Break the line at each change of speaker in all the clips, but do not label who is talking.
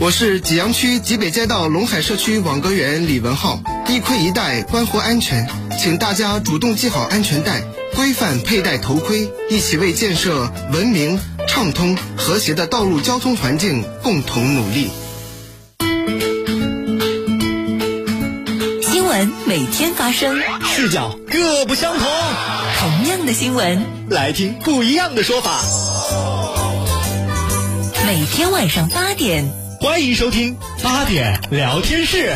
我是济阳区济北街道陇海社区网格员李文浩。一盔一带，关乎安全，请大家主动系好安全带，规范佩戴头盔，一起为建设文明、畅通、和谐的道路交通环境共同努力。
新闻每天发生，
视角各不相同，
同样的新闻，
来听不一样的说法。
每天晚上八点，
欢迎收听八点聊天室。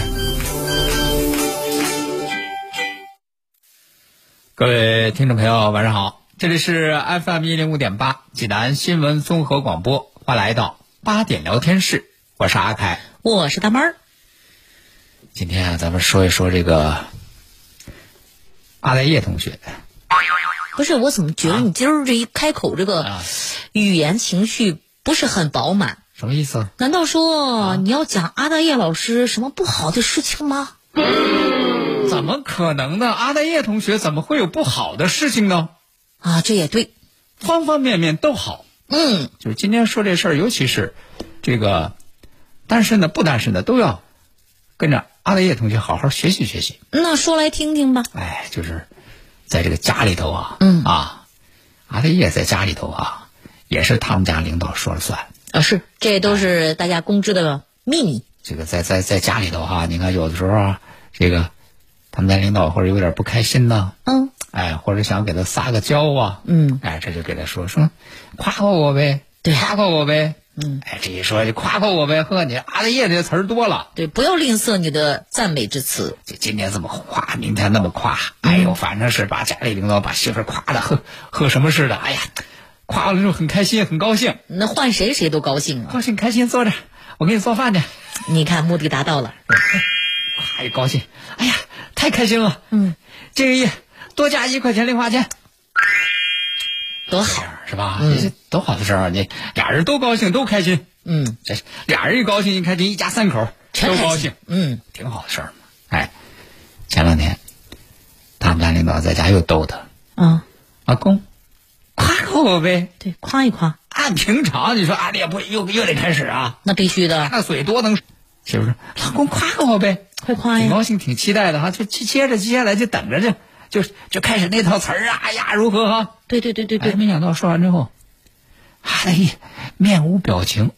各位听众朋友，晚上好，这里是 FM 一零五点八济南新闻综合广播，欢迎来到八点聊天室，我是阿凯。
我是大妹儿。
今天啊，咱们说一说这个阿莱叶同学
不是，我怎么觉得你今儿这一开口，这个
啊，
语言情绪不是很饱满？
什么意思？
难道
啊
说你要讲阿大叶老师什么不好的事情吗？
怎么可能呢？阿莱叶同学怎么会有不好的事情呢？
啊，这也对，
方方面面都好。
嗯，
就是今天说这事儿，尤其是这个单身的、不单身的，都要跟着阿莱叶同学好好学习学习。
那说来听听吧。
哎，就是在这个家里头啊，
嗯
啊，阿德叶在家里头啊，也是他们家领导说了算。
啊，是，这都是大家公知的秘密。
这个在在在家里头啊，你看有的时候啊，这个他们家领导或者有点不开心呐、
嗯
哎，或者想给他撒个娇啊，
嗯，
哎，这就给他说说，夸夸我呗，
对
夸夸我呗，
嗯，
哎，这一说就夸夸我呗，呵，你阿德叶这词儿多了。
对，不要吝啬你的赞美之词。
这今天这么夸，明天那么夸，
嗯
哎呦，反正是把家里领导把媳妇儿夸的和和什么似的，哎呀，夸完了之后很开心，很高兴，
那换谁谁都高兴啊！
高兴开心坐着，我给你做饭去，
你看，目的达到了。
夸一高兴，哎呀，太开心了，嗯，这个月多加一块钱零花钱，这
多好。
样是吧？这这多好的事儿啊！你俩人都高兴，都开心，
嗯，
这是俩人一高兴一开心，一家三口
全
都
开
高兴，
嗯，
挺好的事儿嘛。哎，前两天他们家领导在家又逗他，
啊，
老公，夸夸我呗。
对，夸一夸，
按平常你说阿丽也不又又得开始啊，
那必须的，
那嘴多能说。媳妇说：“老公夸夸我呗，
快夸
挺
哎呀！
高兴，挺期待的哈、就接接着接下来就等着去，就就开始那套词儿啊，哎呀如何哈、
对对对对
哎，
对，
没想到说完之后，阿丽面无表情，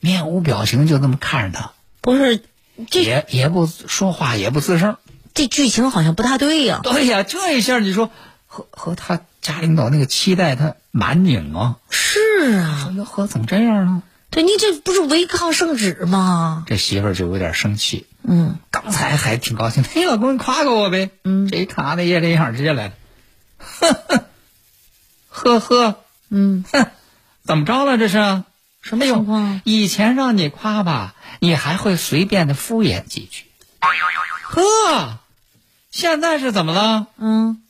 面无表情就这么看着他，
不是，这
也也不说话，也不吱声。
这剧情好像不大对呀、
对呀，这一下你说和和他家领导那个期待他满拧啊，
是啊，
哟呵，怎么这样呢？
对你这不是违抗圣旨吗？
这媳妇儿就有点生气，
嗯，
刚才还挺高兴，哎嘿，老公夸夸我呗。嗯，这一看阿那叶这样，直接来了， 呵呵，呵
嗯，
呵，哼，怎么着了这是？
什么情况？
以前让你夸吧，你还会随便的敷衍几句，呵，现在是怎么了？
嗯，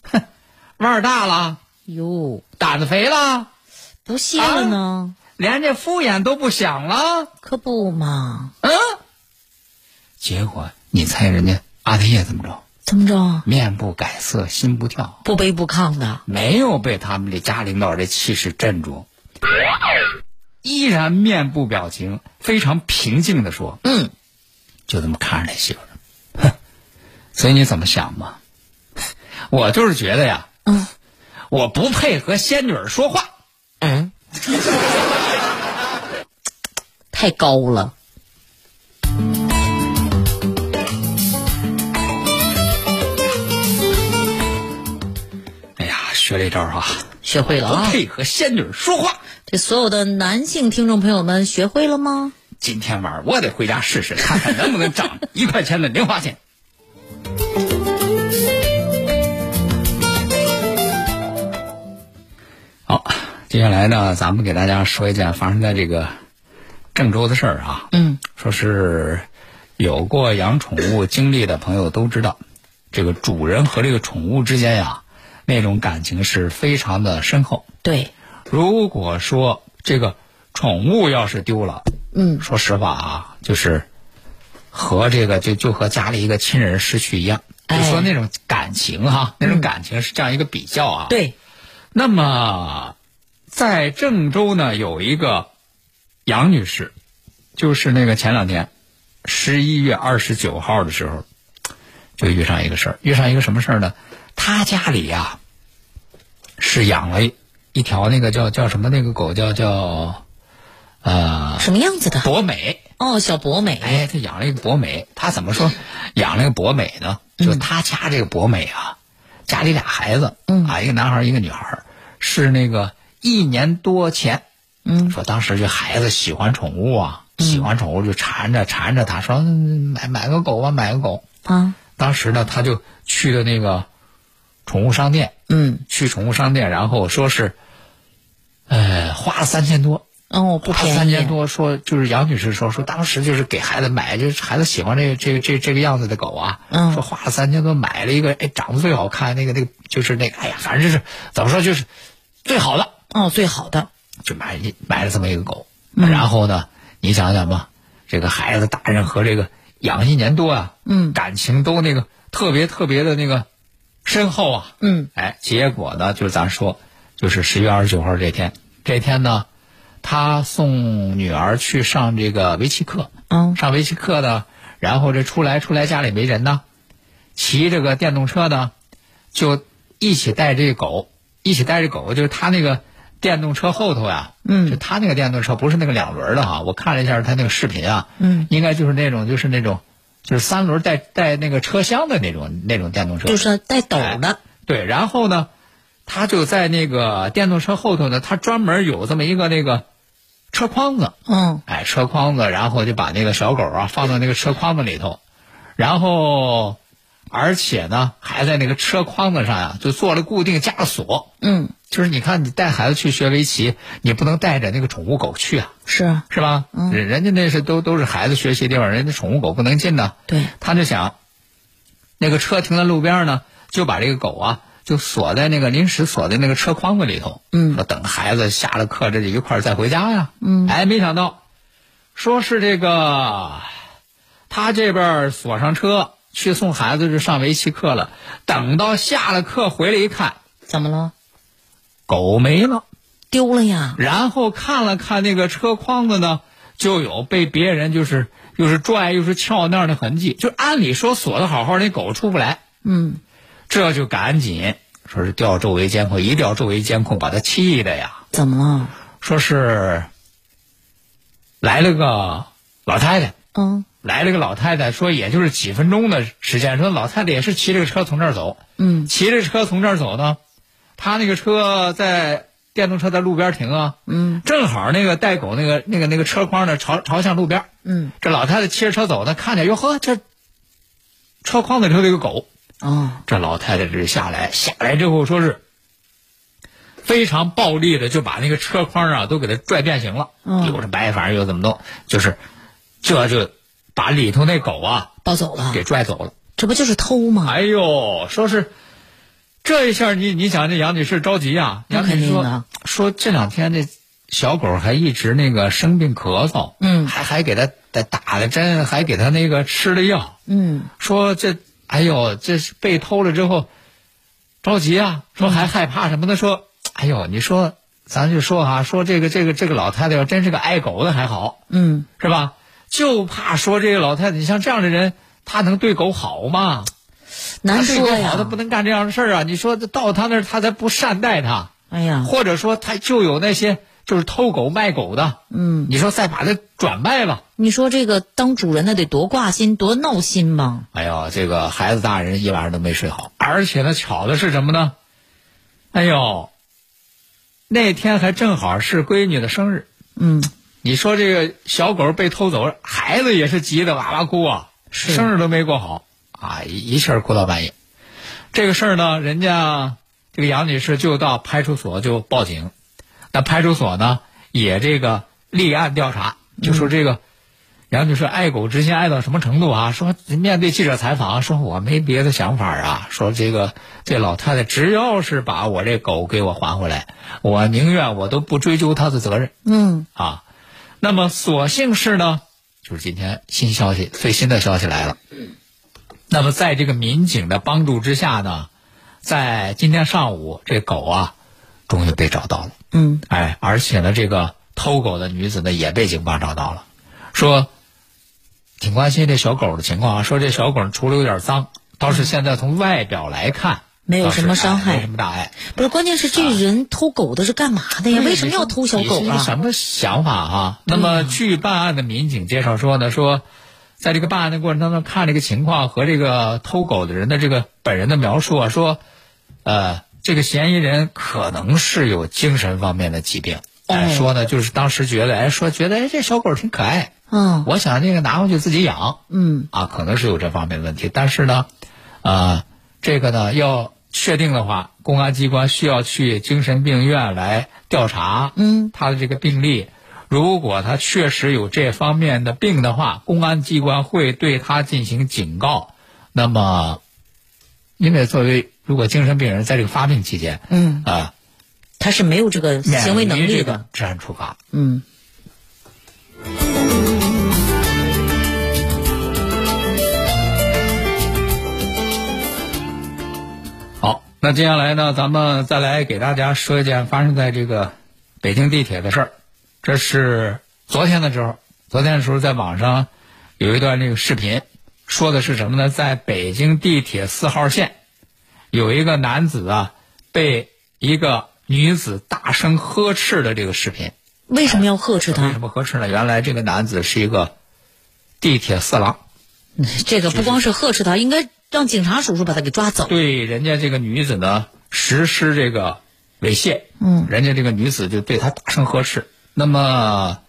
腕儿大了，
哟，
胆子肥了，
不谢了呢？
连这敷衍都不想了。
可不嘛，
嗯，结果你猜人家阿德叶怎么着？
怎么着？
面不改色，心不跳。
不卑不亢的，
没有被他们这家领导这气势镇住，依然面部表情非常平静的说：“
嗯，
就这么看着那媳妇儿，哼，所以你怎么想吧？我就是觉得呀，
嗯
我不配和仙女儿说话。
嗯，太高了。
哎呀，学这招啊，
学会了
不
啊！
配和仙女儿说话。
这所有的男性听众朋友们，学会了吗？
今天晚上我得回家试试，看看能不能涨一块钱的零花钱。”好，接下来呢，咱们给大家说一件发生在这个郑州的事儿啊。
嗯，
说是有过养宠物经历的朋友都知道，这个主人和这个宠物之间呀，那种感情是非常的深厚。
对，
如果说这个宠物要是丢了，
嗯，
说实话啊，就是和这个就就和家里一个亲人失去一样，就
哎嗯
说那种感情哈、那种感情是这样一个比较啊。
对，
那么，在郑州呢，有一个杨女士，就是那个前两天十一月二十九号的时候，就遇上一个事儿，遇上一个什么事儿呢？她家里呀、是养了一一条那个叫叫什么那个狗叫叫呃
什么样子的？
博美，
哦，小博美，
哎，她养了一个博美，她怎么说养了一个博美呢？就她家这个博美啊，家里俩孩子，
嗯
啊，一个男孩儿一个女孩儿，是那个一年多前，
嗯
说当时这孩子喜欢宠物啊，喜欢宠物就缠着缠着她说嗯买买个狗吧，买个狗。
啊，
当时呢，她就去的那个宠物商店，
嗯，
去宠物商店，然后说是，呃，花了三千多，
哦，不
花
便宜，
三千多，说就是杨女士说说当时就是给孩子买，就是孩子喜欢这个这个这个这个样子的狗啊，
嗯
说花了三千多买了一个，哎，长得最好看那个那个就是那个，哎呀，反正就是怎么说就是最好的，
哦，最好的，
就买一买了这么一个狗，
嗯
然后呢，你想想吧，这个孩子大人和这个养一年多啊，
嗯
感情都那个特别特别的那个深厚啊，
嗯，
哎，结果呢，就是咱说，就是十月二十九号这天，这天呢，他送女儿去上这个围棋课，
嗯
上围棋课呢，然后这出来出来家里没人呢，骑这个电动车呢，就一起带这狗，一起带着狗，就是他那个电动车后头呀，
嗯
就他那个电动车不是那个两轮的哈，我看了一下他那个视频啊，
嗯，
应该就是那种就是那种就是三轮带带那个车厢的那种那种电动车，
就是带斗的，
对，然后呢，他就在那个电动车后头呢，他专门有这么一个那个车筐子，
嗯，
哎，车筐子，然后就把那个小狗啊放到那个车筐子里头，然后而且呢，还在那个车筐子上呀、就做了固定加了锁。
嗯，
就是你看，你带孩子去学围棋，你不能带着那个宠物狗去啊，
是，
是吧？嗯，人家那是都都是孩子学习地方，人家宠物狗不能进呢。
对，
他就想，那个车停在路边呢，就把这个狗啊，就锁在那个临时锁在那个车筐子里头。
嗯
说等孩子下了课，这就一块儿再回家呀。嗯，哎，没想到，说是这个，他这边儿锁上车去送孩子去上围棋课了，等到下了课回来一看，
怎么了？
狗没了。
丢了呀？
然后看了看那个车筐子呢，就有被别人就是又是拽又是撬那儿的痕迹。就按理说锁的好好，那狗出不来，
嗯，
这就赶紧说是调周围监控，一调周围监控，把他气的呀，
怎么了？
说是来了个老太太。
嗯
来了个老太太，说也就是几分钟的时间，说老太太也是骑着个车从这儿走，
嗯
骑着车从这儿走呢，她那个车在电动车在路边停啊，
嗯
正好那个带狗那个那个那个车筐呢朝朝向路边儿，
嗯，
这老太太骑着车走呢，看见哟呵，这车筐子里头有个狗，
哦，
这老太太这下来下来之后说是非常暴力的就把那个车筐啊都给它拽变形了，
嗯
有着白反正又怎么弄，就是这就把里头那狗啊
抱走了，
给拽走了。
这不就是偷吗？
哎呦，说是这一下你，你想这杨女士着急呀、
那
杨女士
肯定啊的
说说这两天这小狗还一直那个生病咳嗽，
嗯
还还给它打打了针，还给它那个吃了药，
嗯，
说这哎呦，这是被偷了之后着急啊，说还害怕什么的，说哎呦，你说咱就说啊，说这个这个这个老太太要真是个爱狗的还好，
嗯，
是吧？就怕说这个老太太，你像这样的人，她能对狗好吗？
难
他对
说
狗好，他
呀
不。能干这样的事儿啊！你说这到他那儿，他才不善待他，
哎呀，
或者说他就有那些就是偷狗卖狗的，
嗯，
你说再把他转卖吧。
你说这个当主人的得多挂心，多闹心吧？
哎呦，这个孩子大人一晚上都没睡好，而且呢，巧的是什么呢？哎呦，那天还正好是闺女的生日，
嗯，
你说这个小狗被偷走了，孩子也是急得哇哇哭啊，
是
生日都没过好啊，一一气儿哭到半夜。这个事儿呢，人家这个杨女士就到派出所就报警，嗯那派出所呢也这个立案调查，就说这个、杨女士爱狗之心爱到什么程度啊？说面对记者采访，说我没别的想法啊，说这个这老太太只要是把我这狗给我还回来，我宁愿我都不追究她的责任
嗯，
啊。那么所幸是呢，就是今天新消息，最新的消息来了。那么在这个民警的帮助之下呢，在今天上午，这狗啊，终于被找到了。
嗯，
哎，而且呢，这个偷狗的女子呢也被警方找到了，说挺关心这小狗的情况啊，说这小狗除了有点脏，倒是现在从外表来看。
没有
倒是
什么伤害
哎没什么大碍。
不是，关键是这人偷狗的是干嘛的呀？为什么要偷小狗
你是什
啊？嗯
么想法啊？那么，据办案的民警介绍说呢，说在这个办案的过程当中，看这个情况和这个偷狗的人的这个本人的描述啊，说，呃，这个嫌疑人可能是有精神方面的疾病。哎，
哦
说呢，就是当时觉得，哎，说觉得哎这小狗挺可爱，
嗯
我想这个拿回去自己养。
嗯
啊，可能是有这方面的问题。但是呢，呃，这个呢要确定的话，公安机关需要去精神病院来调查，
嗯，
他的这个病例。如果他确实有这方面的病的话，公安机关会对他进行警告。那么，因为作为如果精神病人在这个发病期间，
嗯，
啊、
他是没有这个
免
行为能
于
力
这
的
个。治安处罚。
嗯，
好，那接下来呢，咱们再来给大家说一件发生在这个北京地铁的事儿。这是昨天的时候，昨天的时候在网上有一段这个视频，说的是什么呢？在北京地铁四号线，有一个男子啊被一个女子大声呵斥的这个视频。
为什么要呵斥
为什
他？
么呵斥呢？原来这个男子是一个地铁色狼，
这个不光是呵斥他，应该让警察叔叔把他给抓走。
对人家这个女子呢实施这个猥亵，
嗯
人家这个女子就对他大声呵斥。那么，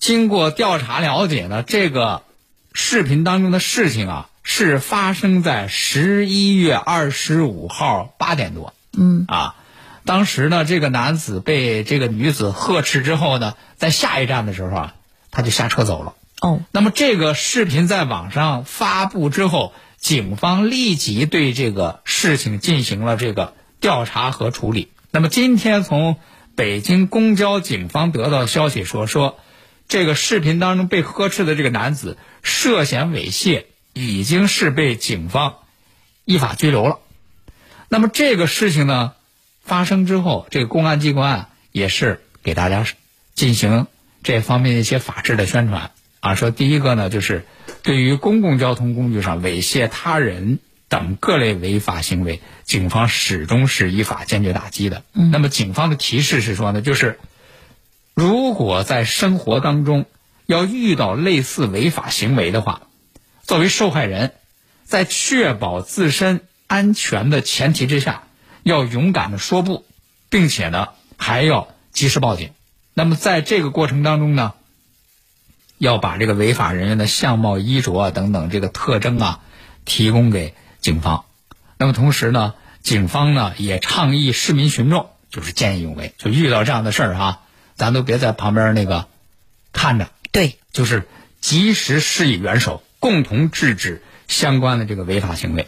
经过调查了解呢，这个视频当中的事情啊，是发生在十一月二十五号八点多。嗯啊，当时呢，这个男子被这个女子呵斥之后呢，在下一站的时候啊，他就下车走了。
哦，
那么这个视频在网上发布之后，警方立即对这个事情进行了这个调查和处理。那么今天从北京公交警方得到消息说，说这个视频当中被呵斥的这个男子涉嫌猥亵，已经是被警方依法拘留了。那么这个事情呢，发生之后，这个公安机关啊也是给大家进行这方面一些法制的宣传啊。说第一个呢，就是对于公共交通工具上猥亵他人等各类违法行为，警方始终是依法坚决打击的。那么警方的提示是说呢，就是如果在生活当中要遇到类似违法行为的话，作为受害人，在确保自身安全的前提之下，要勇敢的说不，并且呢还要及时报警。那么在这个过程当中呢，要把这个违法人员的相貌、衣着啊等等这个特征啊，提供给警方。那么同时呢，警方呢也倡议市民群众就是见义勇为，就遇到这样的事儿哈，咱都别在旁边那个看着，
对，
就是及时施以援手，共同制止相关的这个违法行为。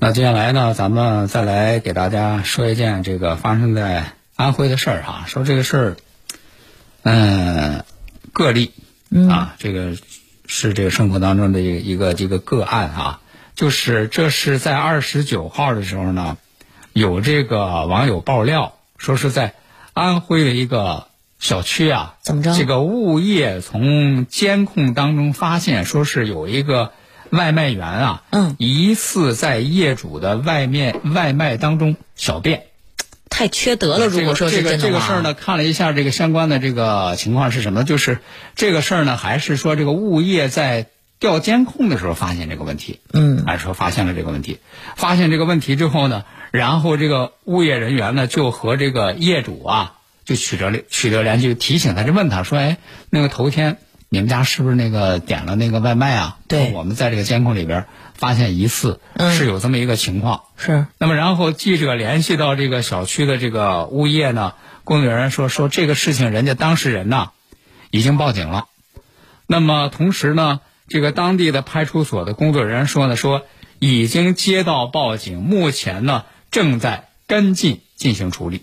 那接下来呢，咱们再来给大家说一件这个发生在安徽的事儿哈、说这个事儿，嗯、个例
嗯
啊，这个是这个生活当中的一个一个一个个案啊，就是这是在二十九号的时候呢，有这个网友爆料说是在安徽的一个小区啊，
怎么着
这个物业从监控当中发现，说是有一个外卖员啊，
嗯
疑似在业主的外面外卖当中小便。
太缺德了。如果说是
呃这个
真的
这个这
话，
个事儿呢，看了一下这个相关的这个情况是什么？就是这个事儿呢，还是说这个物业在调监控的时候发现这个问题，
嗯，
还是说发现了这个问题？发现这个问题之后呢，然后这个物业人员呢就和这个业主啊就取得取得联系，就提醒他，就问他说，哎，那个头天。你们家是不是那个点了那个外卖啊？
对
我们在这个监控里边发现疑似
嗯
是有这么一个情况。
是
那么，然后记者联系到这个小区的这个物业呢，工作人员说说这个事情，人家当事人呐已经报警了。那么，同时呢，这个当地的派出所的工作人员说呢，说已经接到报警，目前呢正在跟进进行处理。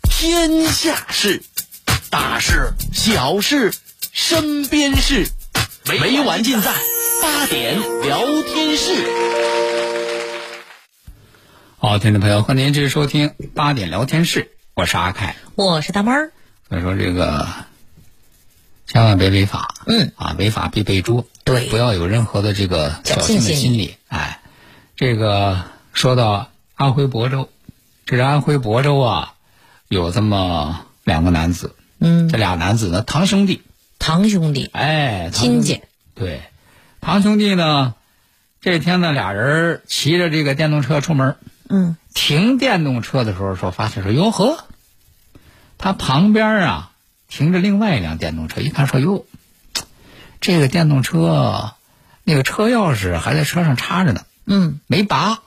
天下事，大事、小事、身边事，每晚尽在八点聊天室。
好，听众朋友，欢迎您继续收听八点聊天室，我是阿凯。
我是大妹儿，
所以说这个千万别违法，
嗯
啊，违法必被捉，
对
不要有任何的这个
侥
侥
幸
幸的
心
心理，哎，这个说到安徽亳州，这是安徽亳州啊，有这么两个男子，
嗯，
这俩男子呢堂兄弟，
堂兄弟，
哎，堂
亲
兄
戚，
对，堂兄弟呢，这天呢俩人骑着这个电动车出门，
嗯，
停电动车的时候，说发现说哟呵，他旁边啊停着另外一辆电动车，一看说哟，这个电动车那个车钥匙还在车上插着呢，
嗯，
没拔。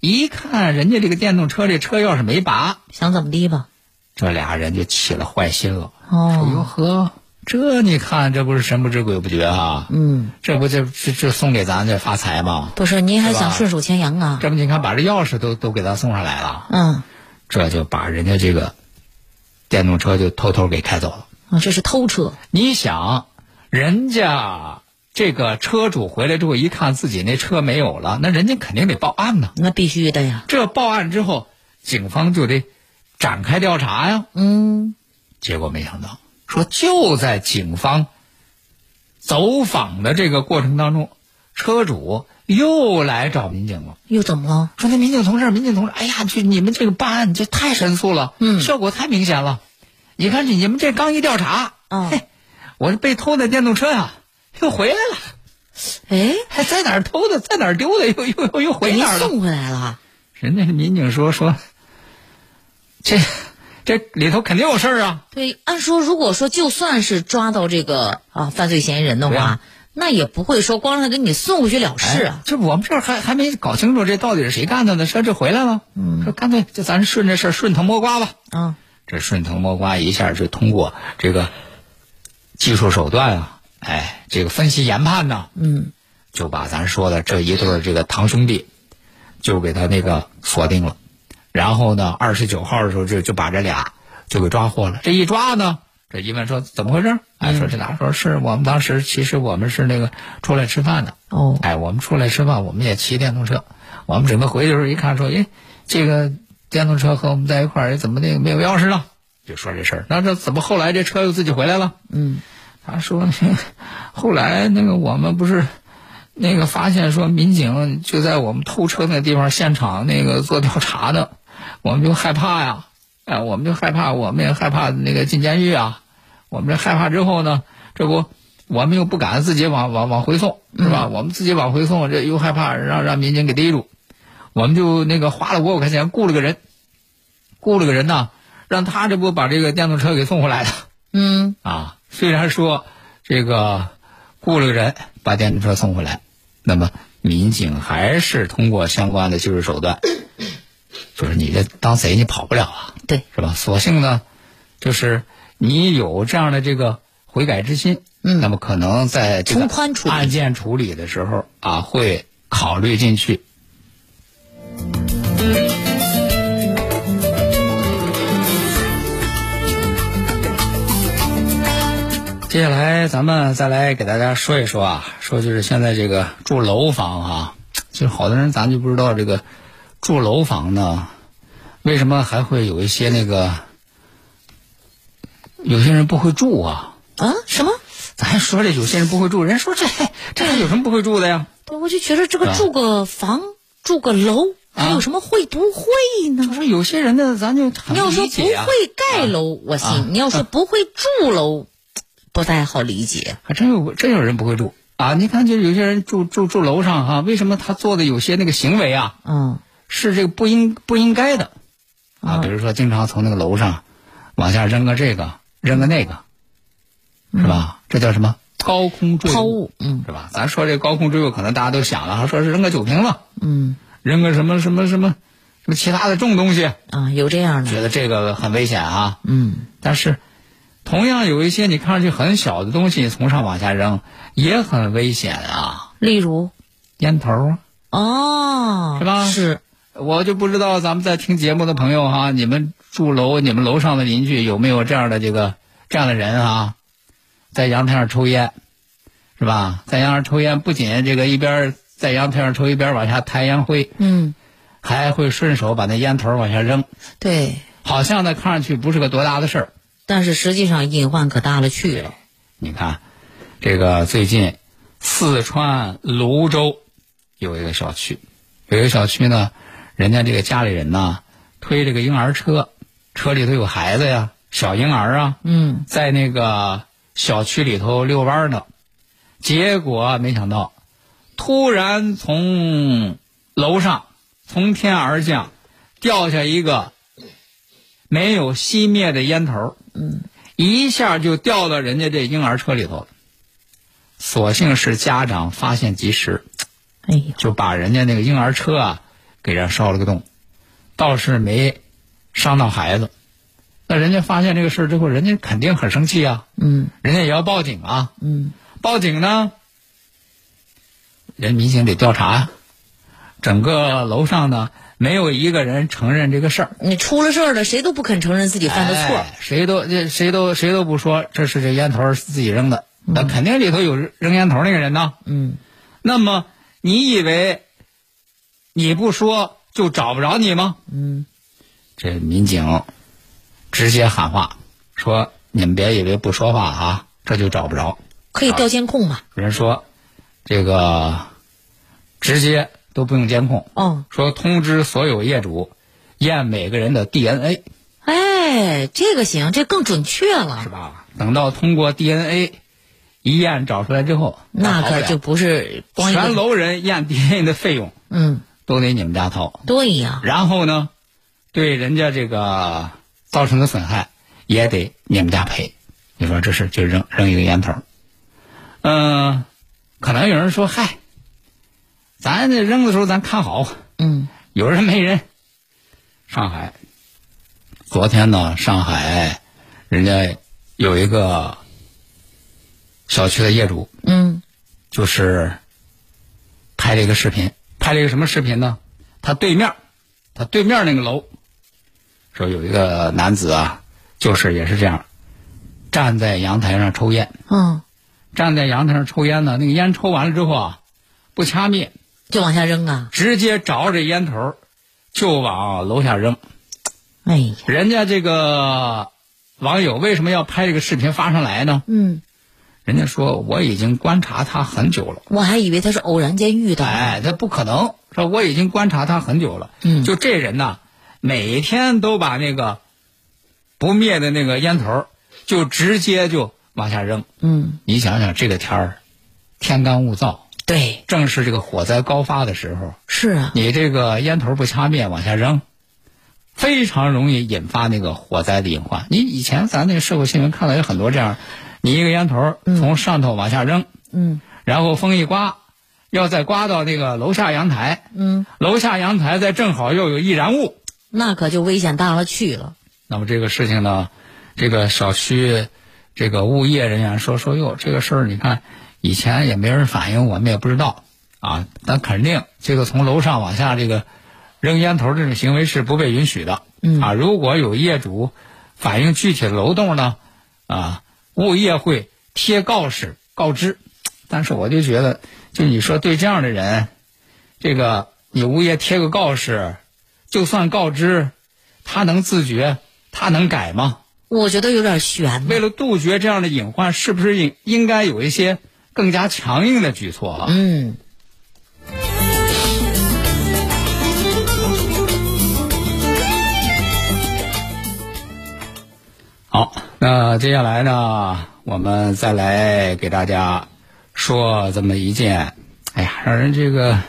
一看人家这个电动车这车钥匙没拔，
想怎么地吧？
这俩人就起了坏心了。说哟
哦，
呵，这你看这不是神不知鬼不觉啊？
嗯，
这不就这这送给咱这发财吗？
不是，您还
是吧
想顺手牵羊啊？
这不你看把这钥匙都都给咱送上来了。
嗯，
这就把人家这个电动车就偷偷给开走了。
啊，这是偷车，
你想，人家这个车主回来之后一看自己那车没有了，那人家肯定得报案呢。
那必须的呀。
这报案之后，警方就得展开调查呀。
嗯，
结果没想到，说就在警方走访的这个过程当中，车主又来找民警了。
又怎么了？
说那民警同志，民警同志，哎呀，这你们这个办案这太神速了，
嗯
效果太明显了。你看这你们这刚一调查，
啊
嘿，我这被偷的电动车呀、又回来了，
哎，
还在哪儿偷的，在哪儿丢的，又又又又
给
回
您
哪儿了？
送回来了。
人家民警说说，这这里头肯定有事儿啊。
对，按说如果说就算是抓到这个啊犯罪嫌疑人的
对
话
啊，
那也不会说光让他给你送回去了事
哎
啊。
这我们这儿还还没搞清楚这到底是谁干的呢，说这回来了，
嗯
说干脆就咱顺着事儿顺藤摸瓜吧。
啊，
这顺藤摸瓜一下就通过这个技术手段啊，哎，这个分析研判呐，
嗯，
就把咱说的这一对儿这个堂兄弟就给他那个锁定了，然后呢，二十九号的时候就就把这俩就给抓获了。这一抓呢，这一问说怎么回事？哎，说这俩说是我们当时其实我们是那个出来吃饭的，
哦，
哎，我们出来吃饭，我们也骑电动车。我们准备回去的时候一看，说，哎，这个电动车和我们在一块儿，怎么那个没有钥匙了？就说这事儿。那这怎么后来这车又自己回来了？
嗯，
他说，后来那个我们不是那个发现说民警就在我们偷车那地方现场那个做调查呢，我们就害怕呀，哎，我们就害怕，我们也害怕那个进监狱啊。我们这害怕之后呢，这不我们又不敢自己往往往回送，是吧？我们自己往回送，这又害怕让让民警给逮住，我们就那个花了五百块钱雇了个人，雇了个人呢，让他这不把这个电动车给送回来了
嗯，
啊。虽然说这个雇了个人把电动车送回来，那么民警还是通过相关的技术手段，就是你这当贼你跑不了啊。
对，
是吧？所幸呢，就是你有这样的这个悔改之心，
嗯
那么可能在这
从
个
宽处理
案件处理的时候啊，会考虑进去。接下来咱们再来给大家说一说啊，说就是现在这个住楼房啊，其实好多人咱就不知道这个住楼房呢，为什么还会有一些那个有些人不会住啊？
啊，什么？
咱说这有些人不会住，人说这这还有什么不会住的呀？
对，我就觉得这个住个房、住个楼，还
啊
有什么会不会
我
呢？
说有些人呢，咱就很
你要说
理
不
解啊呀
会盖楼，我信；
啊
你要说不会住楼，不太好理解。
还真有真有人不会住啊！你看，就是有些人住住住楼上哈、啊为什么他做的有些那个行为啊，
嗯，
是这个不应不应该的啊？比如说，经常从那个楼上往下扔个这个，扔个那个，是吧？这叫什么？高空坠
抛
物
物，，嗯
是吧？咱说这高空坠物，可能大家都想了，说是扔个酒瓶子，
嗯
扔个什么什么什么什么其他的重东西，
啊，有这样的，
觉得这个很危险啊。
嗯
但是，同样有一些你看上去很小的东西从上往下扔，也很危险啊，
例如
烟头啊。
哦，
是吧
是，
我就不知道咱们在听节目的朋友哈、你们住楼，你们楼上的邻居有没有这样的这个这样的人啊，在阳台上抽烟，是吧？在阳台上抽烟，不仅这个一边在阳台上抽，一边往下弹烟灰，
嗯，
还会顺手把那烟头往下扔，
对，
好像呢看上去不是个多大的事儿，
但是实际上隐患可大了去了。
你看，这个最近四川泸州有一个小区，有一个小区呢，人家这个家里人呐推这个婴儿车，车里头有孩子呀，小婴儿啊，
嗯，
在那个小区里头遛弯儿呢，结果没想到，突然从楼上从天而降，掉下一个没有熄灭的烟头，嗯，一下就掉到人家这婴儿车里头了。所幸是家长发现及时，
哎呀，
就把人家那个婴儿车啊给人烧了个洞，倒是没伤到孩子。那人家发现这个事儿之后，人家肯定很生气啊，
嗯
人家也要报警啊。
嗯，
报警呢，人民警得调查呀。整个楼上呢，没有一个人承认这个事儿，
你出了事儿了，谁都不肯承认自己犯的错。
哎谁都这谁都谁都不说这是这烟头儿是自己扔的，那肯定里头有扔烟头儿那个人呢。
嗯，
那么你以为你不说就找不着你吗？嗯，这民警直接喊话说：“你们别以为不说话啊，这就找不着。
可以调监控嘛？”
有人说：“这个直接都不用监控，
哦，
说通知所有业主验每个人的 DNA
哎，这个行，这更准确
是
了。
吧？嗯等到通过 DNA 一验找出来之后，
那
好不
可
了
就不是光一
全
个，
楼人验 DNA 的费用
嗯，
都得你们家掏。”
对呀，
然后呢，对人家这个造成的损害也得你们家赔。你说这事就扔扔一个烟头儿，嗯、可能有人说，嗨，咱这扔的时候咱看好，
嗯
有人没人。上海，昨天呢，上海人家有一个小区的业主，
嗯
就是拍了一个视频，拍了一个什么视频呢？他对面，他对面那个楼，说有一个男子啊，就是也是这样，站在阳台上抽烟，
嗯，
站在阳台上抽烟呢，那个烟抽完了之后啊，不掐灭，
就往下扔啊！
直接着着烟头儿就往楼下扔。
哎呀，
人家这个网友为什么要拍这个视频发上来呢？
嗯，
人家说我已经观察他很久了。
我还以为他是偶然间遇到的。
哎，他不可能。说我已经观察他很久了，
嗯
就这人呐，每天都把那个不灭的那个烟头儿就直接就往下扔。
嗯，
你想想，这个天儿，天干物燥，
对，
正是这个火灾高发的时候，
是啊，
你这个烟头不掐灭往下扔，非常容易引发那个火灾的隐患。你以前咱那个社会新闻看到有很多这样，你一个烟头儿从上头往下扔，
嗯
然后风一刮，要再刮到那个楼下阳台，
嗯，
楼下阳台再正好又有易燃物，
那可就危险大了去了。
那么这个事情呢，这个小区这个物业人员说说哟，这个事儿你看以前也没人反映，我们也不知道啊，但肯定这个从楼上往下这个扔烟头这种行为是不被允许的，
嗯
啊，如果有业主反映具体的楼栋呢，啊，物业会贴告示告知，但是我就觉得，就你说对这样的人，这个你物业贴个告示，就算告知，他能自觉，他能改吗？
我觉得有点悬呢
为。了杜绝这样的隐患，是不是应应该有一些更加强硬的举措啊了？
嗯，
好，那接下来呢，我们再来给大家说这么一件，哎呀，让人这个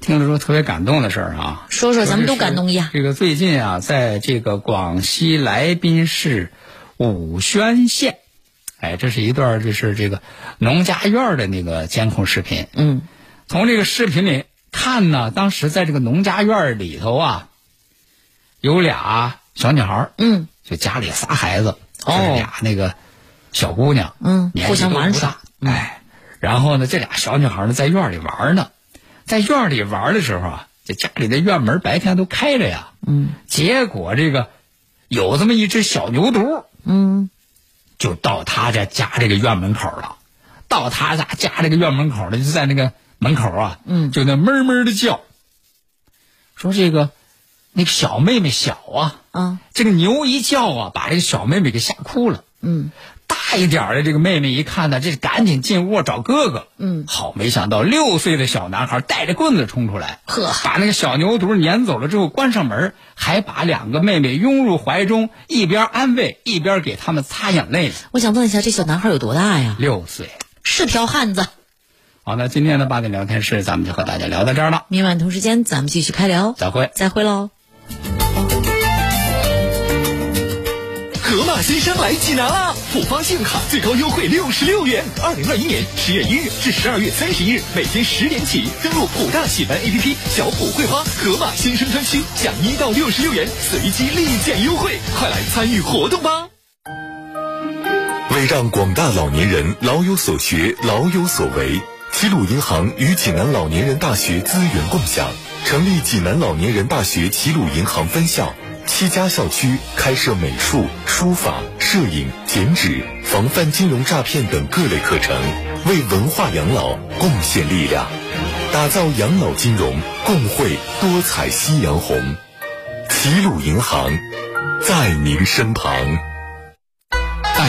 听了之后特别感动的事儿啊。
说说咱们都感动一下。
这个最近啊，在这个广西来宾市武宣县，哎，这是一段就是这个农家院儿的那个监控视频。
嗯，
从这个视频里看呢，当时在这个农家院儿里头啊，有俩小女孩儿
嗯，
就家里仨孩子，
哦
这俩那个小姑娘，
嗯
年纪
互相
都
玩
不大
耍，嗯
哎，然后呢，这俩小女孩呢在院里玩呢，在院里玩的时候啊，这家里的院门白天都开着呀，嗯，结果这个有这么一只小牛犊，嗯，就到他家家这个院门口了，到他家家这个院门口呢，就在那个门口啊，嗯，就那哞哞的叫，说这个那个小妹妹小啊，
啊，
这个牛一叫啊，把这个小妹妹给吓哭了。
嗯，
大一点儿的这个妹妹一看呢，这赶紧进屋找哥哥。
嗯
好，没想到六岁的小男孩带着棍子冲出来，
呵
把那个小牛犊撵走了之后，关上门，还把两个妹妹拥入怀中，一边安慰，一边给他们擦眼泪。
我想问一下，这小男孩有多大呀？
六岁。
是条汉子。
好，那今天的八点聊天室咱们就和大家聊到这儿了，
明晚同时间咱们继续开聊，
再会。
再会喽。
盒马鲜生来济南啦！浦发信用卡最高优惠六十六元，二零二一年十月一日至十二月三十一日，每天十点起登录浦大喜蓝 APP 小浦桂花盒马鲜生专区，享一到六十六元随机立减优惠，快来参与活动吧！
为让广大老年人老有所学、老有所为，齐鲁银行与济南老年人大学资源共享，成立济南老年人大学齐鲁银行分校，七家校区开设美术、书法、摄影、剪纸、防范金融诈骗等各类课程，为文化养老贡献力量，打造养老金融共绘多彩夕阳红。齐鲁银行，在您身旁。
大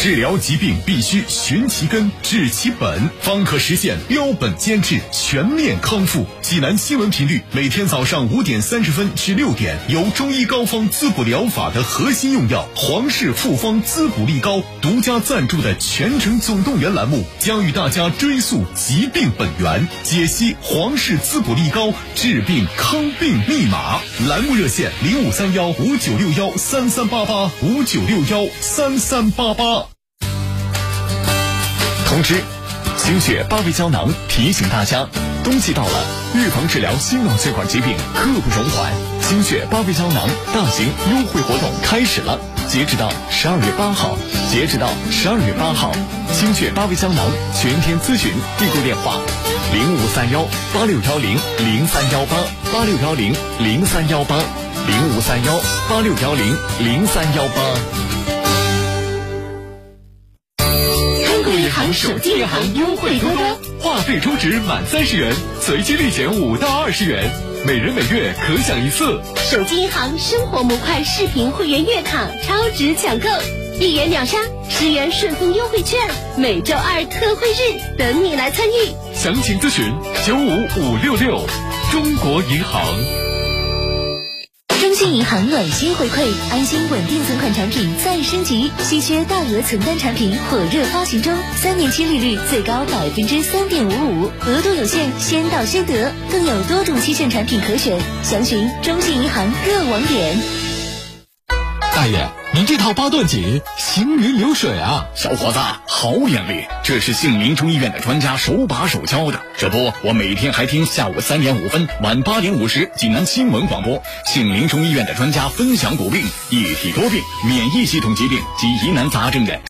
治疗疾病必须寻其根、治其本，方可实现标本兼治、全面康复。济南新闻频率每天早上五点三十分至六点，由中医膏方滋补疗法的核心用药皇氏复方滋补力膏独家赞助的全程总动员栏目，将与大家追溯疾病本源，解析皇氏滋补力膏治病康病密码。栏目热线零五三幺五九六幺三三八八五九六幺三三八八。
通知，星血八味胶囊提醒大家，冬季到了，预防治疗心脑血管疾病刻不容缓。星血八味胶囊大型优惠活动开始了，截止到十二月八号，截止到十二月八号，星血八味胶囊全天咨询订购电话。零五三幺八六幺零零三幺八八六幺零零三幺八零五三幺八六幺零零三幺八。
中国银行手机银行优惠多多。
话费充值满三十元，随机立减五到二十元，每人每月可享一次。
手机银行生活模块视频会员月卡超值抢购，一元秒杀，十元顺丰优惠券，每周二特惠日等你来参与。
详情咨询九五五六六。中国银行
中信银行暖心回馈，安心稳定存款产品再升级，稀缺大额存单产品火热发行中，三年期利率最高百分之三点五五，额度有限，先到先得，更有多种期限产品可选，详询中信银行各网点。
大爷，您这套八段锦行云流水啊！小伙子，好眼力！这是杏林中医院的专家手把手教的。这不，我每天还听下午三点五分、晚八点五十济南新闻广播，杏林中医院的专家分享骨病、一体多病、免疫系统疾病及疑难杂症的。